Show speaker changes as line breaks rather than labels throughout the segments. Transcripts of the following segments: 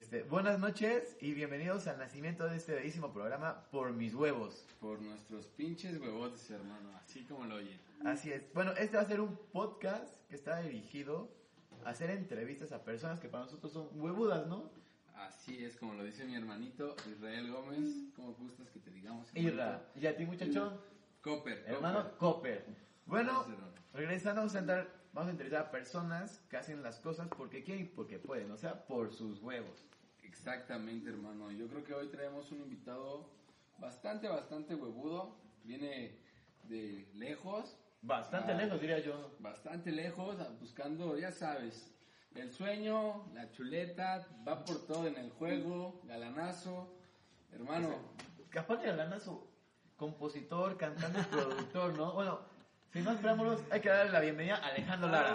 Este, buenas noches y bienvenidos al nacimiento de este bellísimo programa Por Mis Huevos.
Por nuestros pinches huevotes, hermano, así como lo oye.
Así es. Bueno, este va a ser un podcast que está dirigido a hacer entrevistas a personas que para nosotros son huevudas, ¿no?
Así es como lo dice mi hermanito Israel Gómez. ¿Cómo gustas que te digamos? hermanito?
Irra. Y a ti, muchachón,
Copper.
hermano
Copper.
Copper. Bueno,
Gracias, hermano.
regresando, vamos a, entrar, vamos a entrevistar a personas que hacen las cosas porque quieren y porque pueden, o sea, por sus huevos.
Exactamente, hermano. Yo creo que hoy traemos un invitado bastante, bastante huevudo. Viene de lejos,
Bastante
Ah.
lejos, diría yo.
bastante lejos, a- buscando, ya sabes, el sueño, la chuleta, va por todo en el juego, galanazo. Hermano,
Que aparte de Lana, su compositor, cantante y productor, ¿no? Bueno, sin más preámbulos, hay que darle la bienvenida a Alejandro Lara.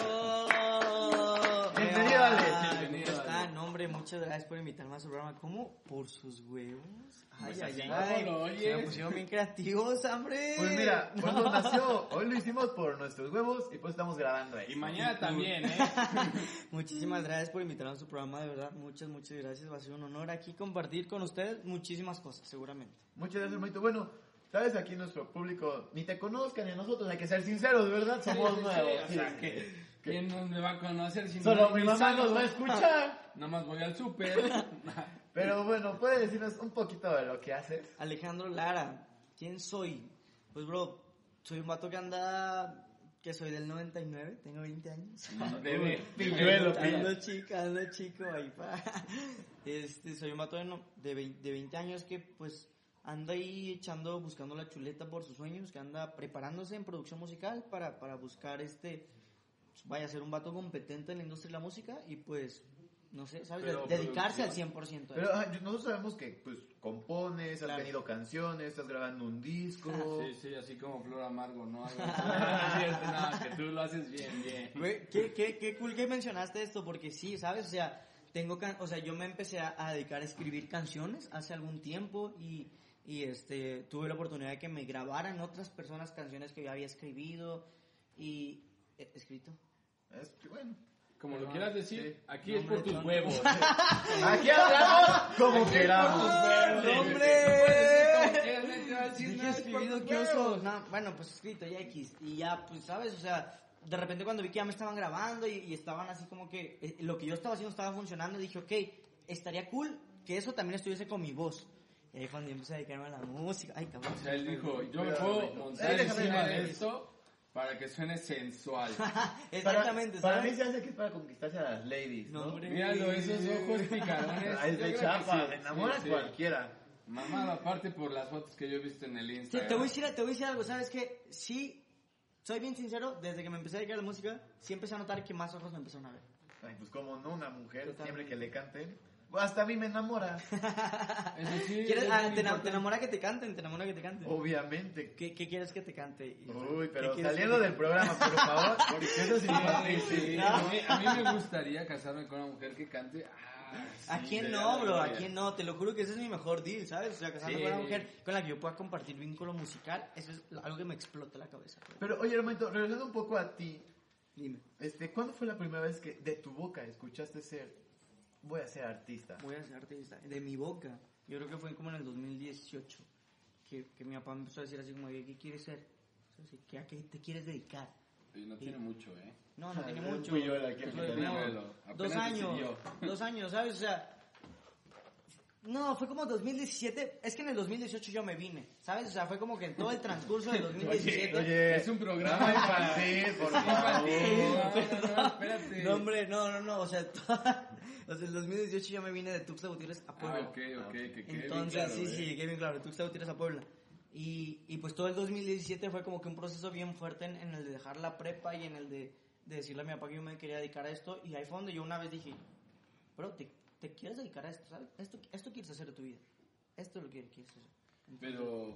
Oh,
Bienvenido, Alex.
ah,
Bienvenido,
¿Cómo están?
Alex.
No, hombre, muchas gracias por invitarme a su programa. ¿Cómo? ¿Por sus huevos? Ay,
Pues así
ay,
como lo
ay. Se me
oyes.
pusieron bien creativos, hombre.
Pues mira, hoy
No.
nos nació, hoy lo hicimos por nuestros huevos y pues estamos grabando
y
ahí.
mañana también, ¿eh?
Muchísimas gracias por invitarme a su programa, de verdad. Muchas, muchas gracias. Va a ser un honor aquí compartir con ustedes muchísimas cosas, seguramente.
Muchas gracias, hermanito. Bueno, sabes, aquí nuestro público ni te conozcan ni a nosotros, hay que ser sinceros, ¿verdad? Somos
Sí, sí, sí,
nuevos.
o sea,
Sí.
que, ¿quién no me va a conocer si
Solo
no
mi
ni
mamá
salgo?
nos va a escuchar.
Nada más voy al súper.
Pero bueno, puedes decirnos un poquito de lo que haces.
Alejandro Lara, ¿quién soy? Pues, bro, soy un vato que anda... Que soy del 99, tengo 20 años.
Bebé.
Pilluelo,
Ando
pilluelo.
chico, ando chico ahí pa. Este, soy un mato de, no- de, vein- de 20 años que pues anda ahí echando, buscando la chuleta por sus sueños, que anda preparándose en producción musical para, para buscar este, pues, vaya a ser un vato competente en la industria de la música y pues, no sé, ¿sabes?
Pero
De- dedicarse al
producción.
100%. a
Pero
eso.
ah, nosotros sabemos que pues compones, has
Claro.
tenido canciones, estás grabando un disco.
Ah, Sí, sí, así como Flor Amargo, ¿no? Algo así. No, que tú lo haces bien, bien.
Güey, qué, qué, qué cool que mencionaste esto, porque sí, ¿sabes? O sea, tengo can- o sea yo me empecé a, a dedicar a escribir canciones hace algún tiempo y, y, este, tuve la oportunidad de que me grabaran otras personas canciones que yo había escribido y... eh, ¿Escrito?
Es que, bueno.
Como lo quieras decir, aquí
No,
es por
hombre,
tus
no.
huevos.
Aquí hablamos como queramos.
¡Ah,
Verde.
hombre!
Como quieras, nadie te va a decir
Dije
nada, es por
escribido,
tus
qué oso.
huevos.
No, bueno, pues escrito, ya X. Y ya, pues, ¿sabes? O sea, de repente cuando vi que ya me estaban grabando y, y estaban así como que eh, lo que yo estaba haciendo estaba funcionando, dije, ok, estaría cool que eso también estuviese con mi voz. Y ahí cuando yo empecé a dedicarme a la música, ay, cabrón.
O sea, él dijo, yo me
Cuidado,
puedo
hermanito.
montar
Eh, déjame
encima
ver.
de esto para que suene sensual.
Exactamente,
Para, para mí
¿sabes?
se hace que es para conquistarse a las ladies, ¿no?
No, hombre.
Míralo, esos ojos picarones.
Ahí
Yo
de
creo
chapa,
que sí.
se enamora
Sí, sí.
cualquiera.
Mamá, aparte por las fotos que yo he visto en el
Sí,
Instagram.
te, voy a decir, te voy a decir algo, ¿sabes qué? Sí, soy bien sincero, desde que me empecé a dedicar a la música, sí empecé a notar que más ojos me empezaron a ver.
Ay, pues como no, una mujer,
Totalmente.
siempre que le canten, hasta a mí me enamora.
Eso sí,
¿Quieres,
es
ah,
muy
te, ena- te
importante. Oh,
enamora que te canten, te enamora que te canten.
Obviamente.
¿Qué, qué quieres que te cante?
Uy,
¿Qué
pero
quieres
saliendo
que te
del programa, por favor, porque eso sí
Sí, sí.
No.
A, mí, a mí me gustaría casarme con una mujer que cante. Ah,
¿A
sí,
quién
de
no,
la
bro? ¿A
gloria.
quién no? Te lo juro que ese es mi mejor deal, ¿sabes? O sea, casarme
Sí.
con una mujer con la que yo pueda compartir vínculo musical, eso es algo que me explota la cabeza. pues. güey.
Pero oye, hermanito, regresando un poco a ti,
Dime,
este, ¿cuándo fue la primera vez que de tu boca escuchaste ser, voy a ser artista?
voy a ser artista. De mi boca, yo creo que fue como en el 2018, que, que mi papá me empezó a decir así como, "Oye, ¿qué quieres ser? Así, ¿qué- ¿A qué te quieres dedicar?
Y No tiene mucho, ¿eh?
No, no tiene
Ah,
mucho.
fui yo la que
Pues,
me
como
tenía.
Dos
Apenas
años,
decidió.
dos años, ¿sabes? O sea, no, fue como 2017, es que en el 2018 yo me vine, ¿sabes? O sea, fue como que en todo el transcurso del 2017...
Oye,
Es un
programa
programa
infantil, por favor.
infantil. No, no, no, espérate.
No, hombre, no, no, no, o sea, toda- o sea, el 2018 yo me vine de Tuxtla Gutiérrez a
Ah,
Puebla.
ok, ok, que quede
Entonces,
bien claro,
sí,
¿eh?
sí, llegué bien claro, de Tuxtla Gutiérrez a Puebla. Y, y pues todo el 2017 fue como que un proceso bien fuerte en, en el de dejar la prepa y en el de, de decirle a mi papá que yo me quería dedicar a esto. Y ahí fue donde yo una vez dije, bro, te, te quieres dedicar a esto, ¿sabes? Esto, esto quieres hacer de tu vida. Esto es lo que quieres hacer.
Pero,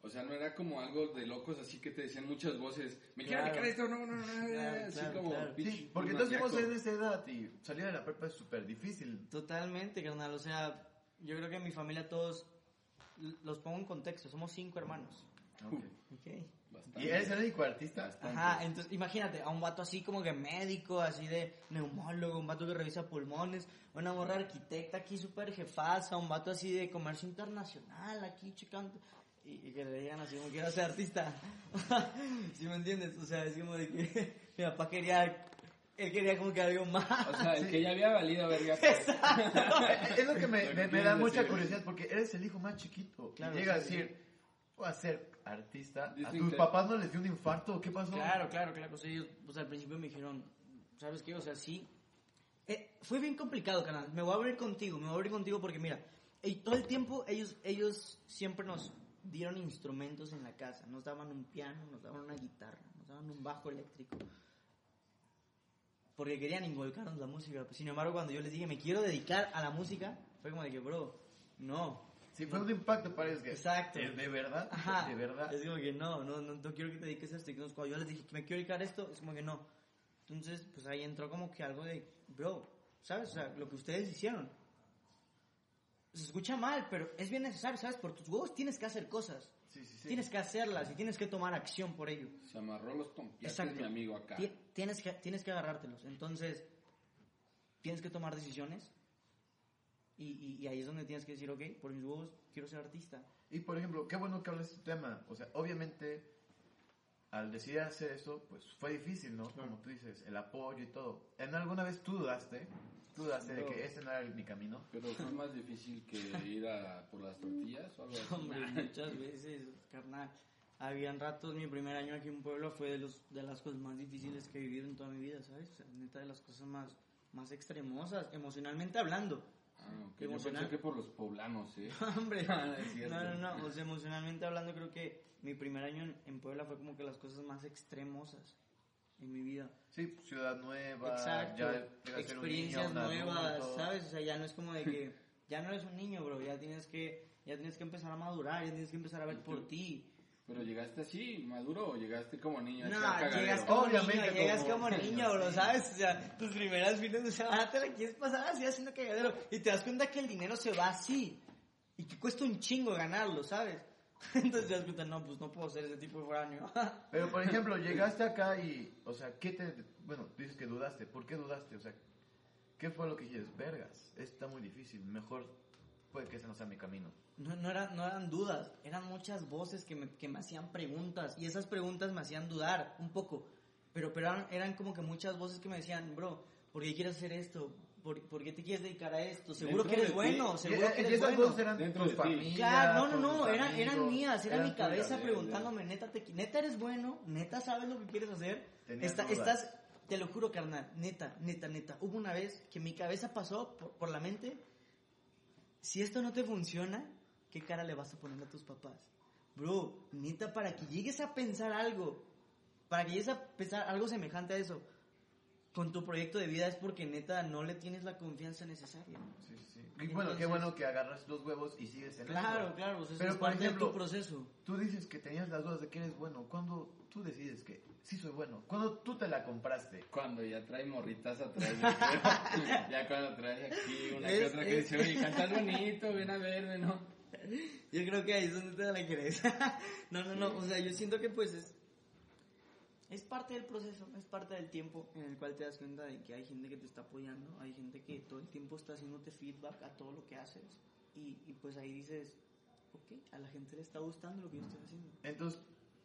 o sea, no era como algo de locos así que te decían muchas voces. Me quiero
Claro.
dedicar a esto, no, no, no, no,
Claro,
así
claro,
como.
claro.
pinche
Sí, porque todos hemos
maníaco.
sido de esa edad y salir de la prepa es súper difícil.
Totalmente, carnal. O sea, yo creo que en mi familia todos l- los pongo en contexto. Somos cinco hermanos. Ok.
¿Y
Bastante.
eres el único artista?
Ajá, entonces imagínate, a un vato así como que médico, así de neumólogo, un vato que revisa pulmones, una morra arquitecta aquí súper jefaza, un vato así de comercio internacional aquí checando. Y, y que le digan así como quiero ser artista. ¿Sí me entiendes? O sea, es como de que mi papá quería, él quería como que algo más.
O sea, el que ya había valido verga.
es lo que me, me-
Lo que
me da
quieres
mucha
decir.
curiosidad porque eres el hijo más chiquito.
Claro,
y llega a
sí,
decir, voy a ser artista. ¿A
Dicen
tus
que-
papás no les dio un infarto? ¿Qué pasó?
Claro, claro, claro. O sea, ellos, o sea, al principio me dijeron, ¿sabes qué? O sea, sí. Eh, fue bien complicado, canal. Me voy a abrir contigo, me voy a abrir contigo porque mira, y todo el tiempo ellos, ellos siempre nos dieron instrumentos en la casa. Nos daban un piano, nos daban una guitarra, nos daban un bajo eléctrico. Porque querían involucrarnos la música. Sin embargo, cuando yo les dije, me quiero dedicar a la música, fue como de que, bro, no.
Sí, fue un impacto para ellos. que-
Exacto.
¿De, de verdad?
Ajá.
¿De verdad?
Es como que no, no, no, no quiero que te dediques a esto. Y entonces cuando yo les dije que me quiero dedicar a esto, es como que no. Entonces, pues ahí entró como que algo de, bro, ¿sabes? O sea, lo que ustedes hicieron. Se escucha mal, pero es bien necesario, ¿sabes? Por tus huevos tienes que hacer cosas.
Sí, sí, sí.
Tienes que hacerlas y tienes que tomar acción por ello.
Se amarró los tompiates,
Exacto.
mi amigo acá.
Ti- Tienes que, tienes que agarrártelos. Entonces, tienes que tomar decisiones. Y, y- y ahí es donde tienes que decir, ok, por mis huevos quiero ser artista.
Y por ejemplo, qué bueno que hablas de este tema. O sea, obviamente, al decidir hacer eso, pues fue difícil, ¿no? Como tú dices, el apoyo y todo. ¿En alguna vez tú dudaste? ¿Tú dudaste de
No.
que este no era el- mi camino?
Pero fue más difícil que ir a por las tortillas o algo
No,
así.
man, muchas veces, carnal. Habían ratos, mi primer año aquí en Puebla fue de, los, de las cosas más difíciles que he vivido en toda mi vida, ¿sabes? O sea, neta, de las cosas más, más extremosas, emocionalmente hablando.
Ah, ok. Yo
Emocional.
pensé que por los poblanos, ¿eh?
Hombre,
Ah, no es cierto.
no, no, no, o sea, emocionalmente hablando, creo que mi primer año en, en Puebla fue como que las cosas más extremosas en mi vida.
Sí, ciudad nueva,
Exacto,
ya llegas a ser un niño,
experiencias
un adulto.
nuevas, ¿sabes? O sea, ya no es como de que, ya no eres un niño, bro, ya tienes que, ya tienes que empezar a madurar, ya tienes que empezar a ver por ti.
Pero llegaste así, maduro, o llegaste como niño.
No,
echar cagadero?
llegas como
Obviamente
niño, llegas
como
como niño, bro, ¿sabes? O sea, tus primeras fines de semana "Ah, te la quieres pasar así haciendo cagadero y te das cuenta que el dinero se va así y que cuesta un chingo ganarlo, ¿sabes? Entonces te das cuenta, no, pues no puedo ser ese tipo de foráneo.
Pero por ejemplo, llegaste acá y, o sea, ¿qué te. Bueno, tú dices que dudaste. ¿Por qué dudaste? O sea, ¿qué fue lo que dices? Vergas, está muy difícil. Mejor puede que ese no sea mi camino.
No, no, era- no eran dudas, eran muchas voces que me, que me hacían preguntas y esas preguntas me hacían dudar un poco, pero, pero eran, eran como que muchas voces que me decían, bro, ¿por qué quieres hacer esto? ¿Por, por qué te quieres dedicar a esto? Seguro
Dentro
que eres
de ti.
bueno, seguro
Y-
que
Eh, y
eres
esas
bueno.
voces eran
Dentro
tus
de ti.
familias,
Claro, no,
tus
no, no, eran,
amigos,
eran mías, era
eran
mi cabeza
tuyas.
ya.
preguntándome, neta, te, qui- neta eres bueno, neta sabes lo que quieres hacer,
Tenías
Está-
dudas.
estás, te lo juro carnal, neta, neta, neta, hubo una vez que mi cabeza pasó por, por la mente, si esto no te funciona, ¿qué cara le vas a poner a tus papás? Bro, neta, para que llegues a pensar algo, para que llegues a pensar algo semejante a eso, con tu proyecto de vida es porque neta no le tienes la confianza necesaria.
Sí, sí. Y bueno, qué bueno que agarras los huevos y sigues en
Claro,
esto.
claro, o sea, eso
Pero,
es
por
parte de
ejemplo,
tu proceso.
Tú dices que tenías las dudas de que eres bueno. ¿Cuándo tú decides que sí soy bueno? ¿Cuándo tú te la compraste?
Cuando ya trae morritas atrás, yo creo. ya cuando trae aquí una que
Es-
otra que
es-
dice, oye, cantas bonito, ven a verme, ¿no?
Yo creo que ahí es donde te da la querés. no, no, no. O sea, yo siento que pues es. Es parte del proceso, es parte del tiempo en el cual te das cuenta de que hay gente que te está apoyando, hay gente que todo el tiempo está haciéndote feedback a todo lo que haces. Y, y pues ahí dices, ok, a la gente le está gustando lo que yo estoy haciendo.
Entonces,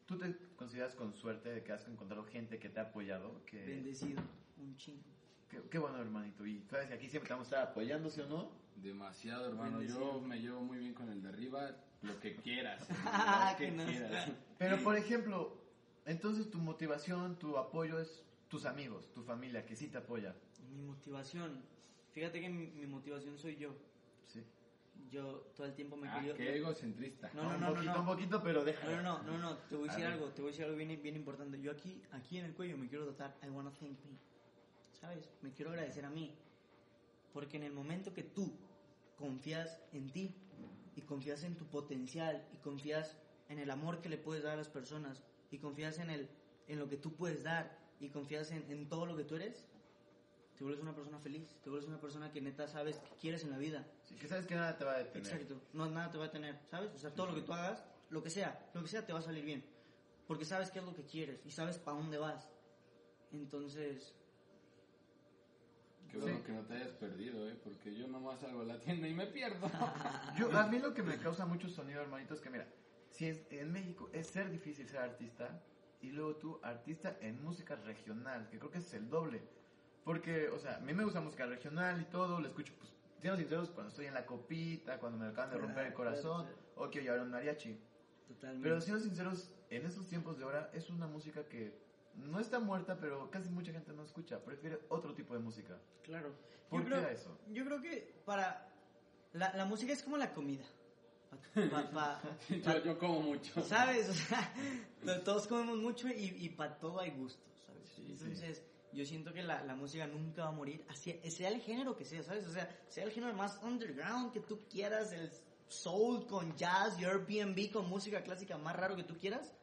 ¿tú te consideras con suerte de que has encontrado gente que te ha apoyado?
Eh.
Que,
Bendecido, un chingo.
que- qué bueno, hermanito. Y sabes que aquí siempre te vamos a estar apoyando, ¿sí o no?
Demasiado, hermano. Yo
Bendecido.
me llevo muy bien con el de arriba, lo que quieras.
Ah,
Lo que
que no.
quieras.
Pero, por ejemplo, entonces tu motivación, tu apoyo es tus amigos, tu familia, que sí te apoya.
Mi motivación. Fíjate que mi, mi motivación soy yo.
Sí.
Yo todo el tiempo me
Ah,
cuido-
qué egocentrista.
No, no,
un
no, no,
poquito,
no.
un poquito, pero déjalo.
No, no, no, no, no, te voy a decir
A ver.
algo, te voy a decir algo bien, bien importante. Yo aquí, aquí en el cuello me quiero tratar, I wanna thank me. ¿Sabes? Me quiero agradecer a mí. Porque en el momento que tú confías en ti y confías en tu potencial y confías en el amor que le puedes dar a las personas y confías en, el, en lo que tú puedes dar y confías en, en todo lo que tú eres, te vuelves una persona feliz, te vuelves una persona que neta sabes que quieres en la vida.
Sí, que sabes que nada te va a detener.
Exacto, no, nada te va a tener, ¿sabes? O sea, todo lo que tú hagas, lo que sea, lo que sea te va a salir bien. Porque sabes qué es lo que quieres y sabes para dónde vas. Entonces,
Qué bueno que no te hayas perdido, ¿eh? Porque yo nomás salgo a la tienda y me pierdo.
Ah. Yo, a mí lo que me causa mucho sonido, hermanito, es que mira, si es, en México es ser difícil ser artista y luego tú artista en música regional, que creo que es el doble. Porque, o sea, a mí me gusta música regional y todo, lo escucho, pues, siendo sinceros, cuando estoy en la copita, cuando me acaban de romper el corazón, o quiero llevar un mariachi.
totalmente.
Pero siendo sinceros, en estos tiempos de ahora es una música que no está muerta, pero casi mucha gente no escucha, prefiere otro tipo de música.
Claro.
¿Por
yo
qué
creo,
eso?
Yo creo que para... La, la música es como la comida. Pa- pa- pa-
Yo, yo como mucho.
¿Sabes? O sea, to- todos comemos mucho y, y para todo hay gusto, ¿sabes?
Sí, sí.
Entonces, yo siento que la, la música nunca va a morir, así, sea el género que sea, ¿sabes? O sea, sea el género más underground que tú quieras, el soul con jazz, your B&B con música clásica más raro que tú quieras,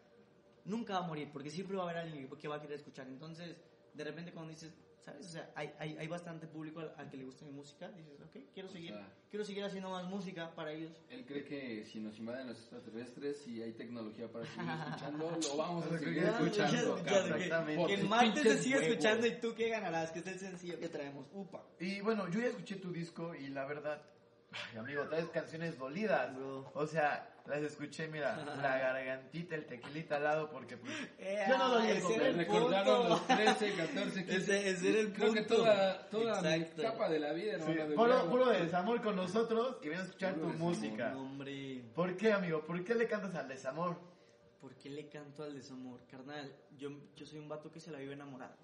nunca va a morir, porque siempre va a haber alguien que va a querer escuchar. Entonces, de repente cuando dices, ¿sabes? O sea, hay, hay, hay bastante público al, al que le gusta mi música, dices, ok, quiero
O
seguir,
sea-
quiero seguir haciendo más música para ellos.
Él cree que si nos invaden los extraterrestres y hay tecnología para seguir escuchando, lo vamos a seguir
Ya, ya,
escuchando.
ya,
cabrón.
ya, ya.
Por
Que el
tus
martes se
pinches
siga
huevos.
escuchando y tú qué ganarás, que es el sencillo que traemos. Upa.
Y bueno, yo ya escuché tu disco y la verdad, ay, amigo, traes canciones dolidas.
Bro.
O sea, las escuché, mira, la gargantita, el tequilita al lado, porque pues, yo no lo llego.
ese
Me
era el
pero-
recordaron
punto.
los 13, 14, 15.
Ese- ese era el
Creo que
punto.
toda, toda mi
Exacto.
etapa de la vida,
Sí,
hermano, de
puro,
nuevo.
puro desamor con nosotros y ven a escuchar
Puro
tu
desamor,
música.
No, hombre,
¿Por qué, amigo? ¿Por qué le cantas al desamor?
¿por qué le canto al desamor? Carnal, yo, yo soy un vato que se la vive enamorado.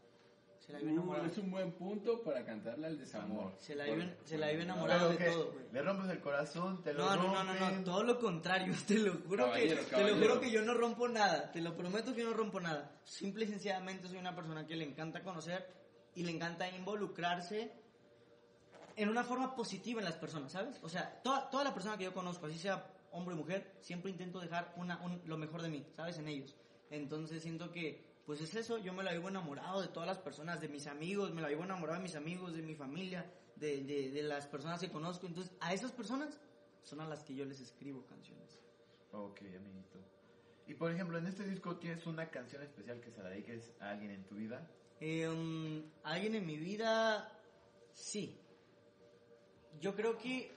Se la vive
Uh,
enamorado.
es un buen punto para cantarle al desamor.
Se la vive-
Por-
se la vive
por-
enamorado. Morado de
Pero, ¿qué?
todo, güey.
le rompes el corazón, te lo
No, no, no, no,
rompen.
no, todo lo contrario, te lo juro
Caballero,
que te
caballero.
lo juro que yo no rompo nada, te lo prometo que yo no rompo nada. Simple y sencillamente soy una persona que le encanta conocer y le encanta involucrarse en una forma positiva en las personas, ¿sabes? O sea, toda, toda la persona que yo conozco, así sea hombre o mujer, siempre intento dejar una, un- lo mejor de mí, ¿sabes? En ellos. Entonces siento que, pues es eso, yo me la vivo enamorado de todas las personas, de mis amigos, me la vivo enamorado de mis amigos, de mi familia, de, de- de las personas que conozco. Entonces, a esas personas son a las que yo les escribo canciones.
Ok, amiguito. Y por ejemplo, en este disco tienes una canción especial que se la dediques a alguien en tu vida.
Em, ¿Alguien en mi vida? Sí. Yo creo que...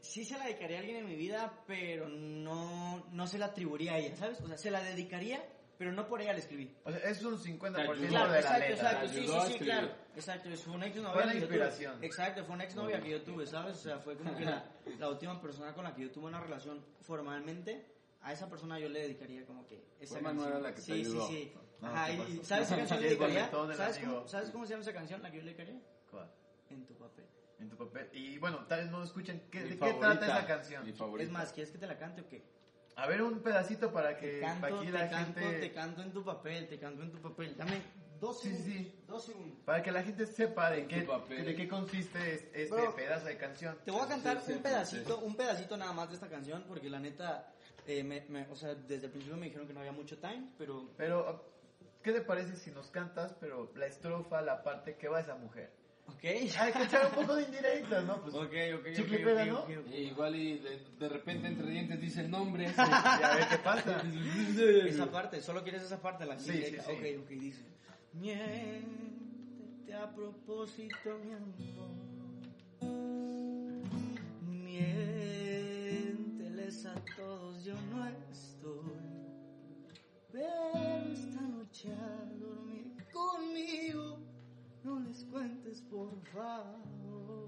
Sí se la dedicaría a alguien en mi vida, pero no, no se la atribuiría a ella, ¿sabes? O sea, se la dedicaría, pero no por ella la escribí.
O sea, es un 50%
Te ayudó.
Claro,
de la
exacto,
letra.
exacto,
Te
sí,
ayudó
sí,
a
sí,
escribir.
claro. Exacto, es una exnovia
Fue la
que yo tuve.
inspiración.
Exacto, fue una exnovia que yo tuve, ¿sabes? O sea, fue como que la, la última persona con la que yo tuve una relación formalmente, a esa persona yo le dedicaría como que esa
Fue Manuela
canción.
la que te
sí,
ayudó.
Sí, sí,
No,
Ajá,
¿qué
y-
pasó?
¿sabes qué canción
Sí,
le dedicaría?
comentó del
¿Sabes
amigo.
cómo, ¿Sabes cómo se llama esa canción la que yo le dedicaría?
¿Cuál?
En tu papel.
En tu papel. Y bueno, tal vez no escuchen. ¿Qué,
Mi
¿De
favorita,
qué trata esa
Mi
canción?
favorita.
Es más, ¿quieres que te la cante o qué?
A ver, un pedacito para que
Te canto,
para aquí
te
la
canto,
Eh, gente.
te canto en tu papel, te canto en tu papel. Dame dos
Sí, sí,
segundos.
sí.
Dos segundos.
Para que la gente sepa de
En
qué,
tu papel.
de qué consiste es- este
Bro.
pedazo de canción.
Te voy a cantar
Sí, sí,
un pedacito, un pedacito nada más de esta canción, porque la neta, eh, me- me- o sea, desde el principio me dijeron que no había mucho time, pero
Pero, ¿qué te parece si nos cantas, pero la estrofa, la parte que va esa mujer?
ok.
A escuchar un poco de indirectas, ¿no? Pues,
Ok, ok, ok,
chicle y
ok,
pega,
ok,
¿no?
ok, ok.
Y Eh, igual y de, de repente entre dientes dice el nombre.
Y a ver qué pasa.
Esa parte, solo quieres esa parte, la
Sí,
indirecta.
sí, sí.
Ok, ok, dice. Miéntete a propósito, mi amor. Miénteles a todos, yo no estoy. Pero esta noche a dormir conmigo, no les cuentes, por favor.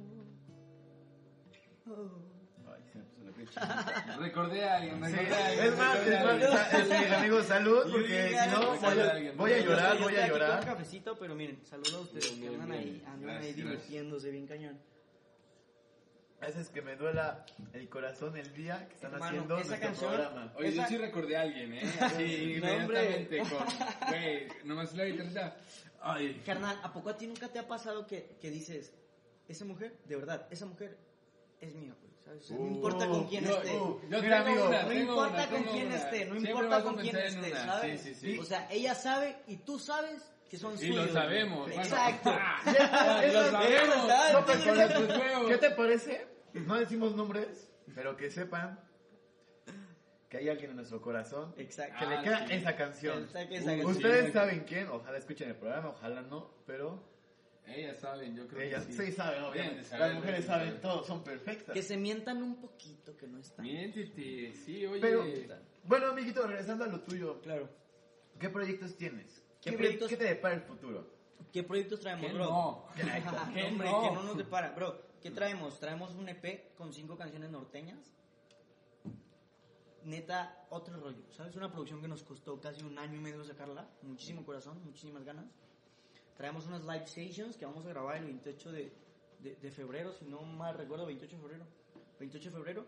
Oh.
Ay, se me puso la piel chinita. Recordé a alguien,
Sí,
recordé a alguien.
es más,
recordé
es
a
más,
alguien.
sa- es- mis amigos, salud, porque
"Ah,
si no,
pues,
Salud.
voy a, voy a
Yo
llorar,
estoy- yo
voy
estoy
a
aquí con
llorar.
cafecito, pero miren, saludos a ustedes
Bien,
que
bien,
andan ahí,
bien.
andan ahí
Gracias,
divirtiéndose bien cañón.
Haces que me duela el corazón el día que están
Hermano,
haciendo
esa
nuestro
canción-
programa.
Oye,
Esa-
yo sí recordé a alguien, ¿eh? Así,
No, hombre.
inmediatamente con... Güey, nomás la guitarrita. Ay.
Carnal, ¿a poco a ti nunca te ha pasado que, que dices, esa mujer, de verdad, esa mujer es mía, güey? ¿sabes? O sea, no importa con quién
Uh, Yo-
esté.
uh, yo
Mira,
tengo
amigo,
una,
no
tengo
importa
una,
con
tengo
quién
una.
esté, no
Siempre
importa
vas a
con quién
pensar en
esté,
una.
¿sabes?
Sí, sí, sí.
O sea, ella sabe y tú sabes que son
Y
suyos.
lo
güey.
sabemos. bueno.
Exacto.
Ah,
Eso
lo
es
sabemos.
verdad.
No pues, te pones tus huevos.
¿Qué te parece? No decimos nombres, pero que sepan que hay alguien en nuestro corazón que
Exacto.
Ah,
le queda
sí.
esa canción.
Esa- esa canción.
Ustedes
sí.
saben quién, ojalá escuchen el programa, ojalá no, pero
Ellas saben, yo creo
ellas
que
sí,
sí.
saben, obviamente.
Bien, saben,
Las mujeres
saben.
saben, todos son perfectas.
Que se mientan un poquito, que no están.
Miéntete, sí, oye.
Pero, bueno, amiguito, regresando a lo tuyo,
Claro.
¿qué proyectos tienes?
¿Qué
¿Qué,
proyectos?
¿qué te depara el futuro?
¿Qué proyectos traemos,
Que
bro?
no.
Ajá,
Que
hombre,
no.
que no nos depara. Bro, ¿qué traemos? Traemos un EP con cinco canciones norteñas. Neta, otro rollo. ¿Sabes? Una producción que nos costó casi un año y medio sacarla. Muchísimo corazón, muchísimas ganas. Traemos unas live sessions que vamos a grabar el 28 de, de- de febrero, si no mal recuerdo, 28 de febrero. 28 de febrero.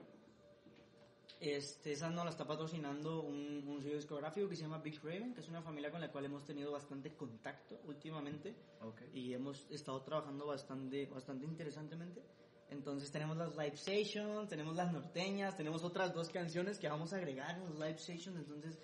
Este, esa nos la está patrocinando un, un sello discográfico que se llama Big Raven, que es una familia con la cual hemos tenido bastante contacto últimamente
Ok.
y hemos estado trabajando bastante, bastante interesantemente. Entonces tenemos las live sessions, tenemos las norteñas, tenemos otras dos canciones que vamos a agregar en las live sessions. Entonces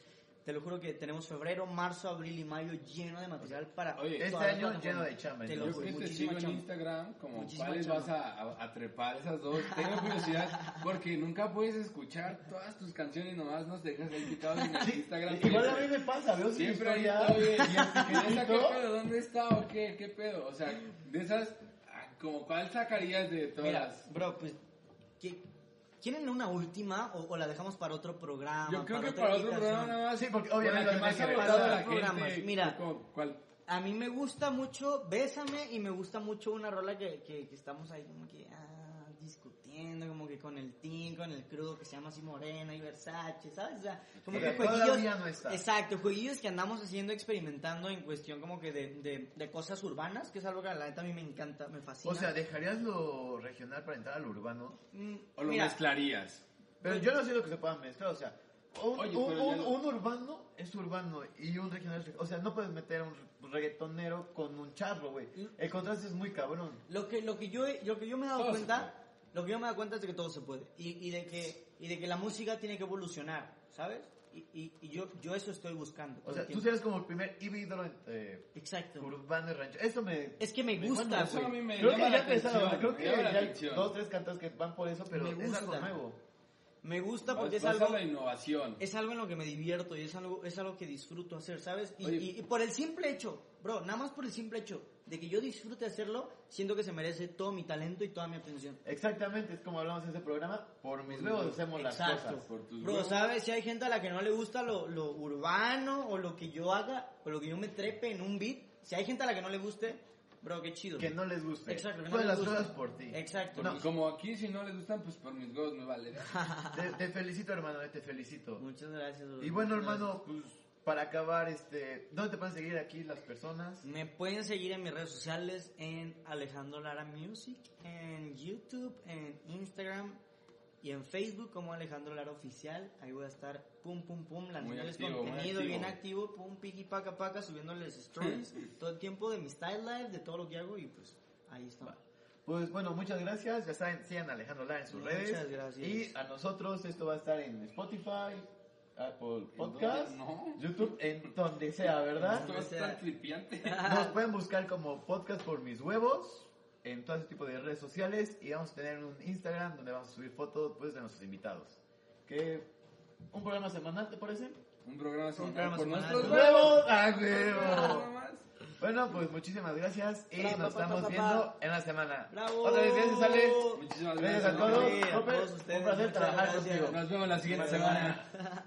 te lo juro que tenemos febrero, marzo, abril y mayo lleno de material para
oye,
este
todas las
año lleno
plataformas.
de chamba,
Te lo
Yo
entonces.
juro,
que te sigo
muchísima
en
chamba.
Instagram, como
Muchísima
cuáles
chamba.
vas a, a- a trepar esas dos. Tengo curiosidad, porque nunca puedes escuchar todas tus canciones, nomás nos dejas ahí picados en el Instagram.
Igual a mí me pasa, veo su
Siempre ahí,
historia.
oye, ¿y
¿Y
esta qué
todo?
pedo? ¿Dónde está o qué? ¿Qué pedo? O sea, de esas, ah, como cuál sacarías de
Mira,
todas?
bro, pues, ¿qué- ¿quieren una última o, o la dejamos para otro programa?
Yo creo que
otra
para otro
invitación?
programa nada más.
Sí, porque
con la
obviamente
que más ha
tiene que
votado
regresar.
la
Programas,
gente.
mira.
como, ¿Cuál?
A mí me gusta mucho Bésame y me gusta mucho una rola que, que, que estamos ahí como que ah, discutiendo, como que con el team, con el crew, que se llama así Morena y Versace, ¿sabes? O sea, como
Ok,
que jueguillos.
todavía no está.
Exacto, jueguillos que andamos haciendo, experimentando en cuestión como que de, de, de cosas urbanas, que es algo que la neta a mí me encanta, me fascina.
O sea, ¿dejarías lo regional para entrar al urbano?
Mm,
¿O lo
mira,
mezclarías?
Pero yo no siento que se puedan mezclar, o sea, un,
Oye,
un-
pero ya
un-
no-
un urbano es urbano y un regional es regional. O sea, no puedes meter a un reggaetonero con un charro, güey. El contraste es muy cabrón.
Lo que, lo que yo he- lo que yo me he dado
Todo se
cuenta, lo que yo me he dado cuenta es de que todo se puede. Y, y de que y de que la música tiene que evolucionar, ¿sabes? Y, y- y yo, yo eso estoy buscando.
O
todo
sea,
el
tú
tiempo.
serías como el primer híbrido entre
Exacto.
urbano y rancho. Eso me...
Es que me
me
gusta,
gusta,
güey.
a mí me
Creo
llama
que
la
ya empezaba,
atención,
creo
me
que
llama la
ya hay
atención.
dos, tres cantantes que van por eso, pero
Me
es algo
gusta.
nuevo.
Me gusta
Vas-
porque es
vas
algo,
a la innovación.
es algo en lo que me divierto y es algo, es algo que disfruto hacer, ¿sabes? Y,
Oye.
y- y por el simple hecho, bro, nada más por el simple hecho de que yo disfrute hacerlo, siento que se merece todo mi talento y toda mi atención.
Exactamente, es como hablamos en ese programa, por mis huevos hacemos las
Exacto.
cosas.
por tus
Bro,
huevos.
¿sabes? Si hay gente a la que no le gusta lo, lo urbano o lo que yo haga o lo que yo me trepe en un beat, si hay gente a la que no le guste, bro, qué chido.
Que no les guste.
Exacto, que no
Tú haz
les
las
guste.
cosas por ti.
Exacto.
No,
Como aquí, si no les gustan, pues por mis huevos me vale.
te, te felicito, hermano, eh, te felicito.
Muchas gracias, bro.
Y bueno,
Muchas gracias.
hermano, pues para acabar, este, ¿dónde te pueden seguir aquí las personas?
Me pueden seguir en mis redes sociales en Alejandro Lara Music, en YouTube, en Instagram y en Facebook como Alejandro Lara Oficial. Ahí voy a estar pum pum pum lanzándoles
activo, muy
contenido
activo.
bien activo, pum piqui paca paca, subiéndoles stories todo el tiempo de mi style live, de todo lo que hago y pues ahí estamos.
Pues bueno, muchas gracias. Ya saben, sigan a Alejandro Lara en sus
Muchas
redes.
gracias.
Y a nosotros esto va a estar en Spotify, Apple
¿En dónde?
Podcast,
No.
YouTube, en donde sea, ¿verdad?
Esto va a estar tripiante.
Nos pueden buscar como podcast por mis huevos en todo ese tipo de redes sociales y vamos a tener un Instagram donde vamos a subir fotos pues, de nuestros invitados. Que un programa semanal, ¿te parece? ¡Ah,
Un programa
programa
semanal por
semanal.
nuestros
¡Los
huevos.
¡A
Nada
huevo!
más.
Bueno, pues muchísimas gracias y
Bravo,
nos
papá,
estamos
papá.
viendo en la semana.
¡Bravo!
Otra vez, gracias Ale.
Muchísimas
Gracias
gracias.
a todos.
hermano.
Sí, a
Profe,
todos ustedes.
Un placer
Muchas
trabajar
gracias.
contigo.
Nos vemos la siguiente semana.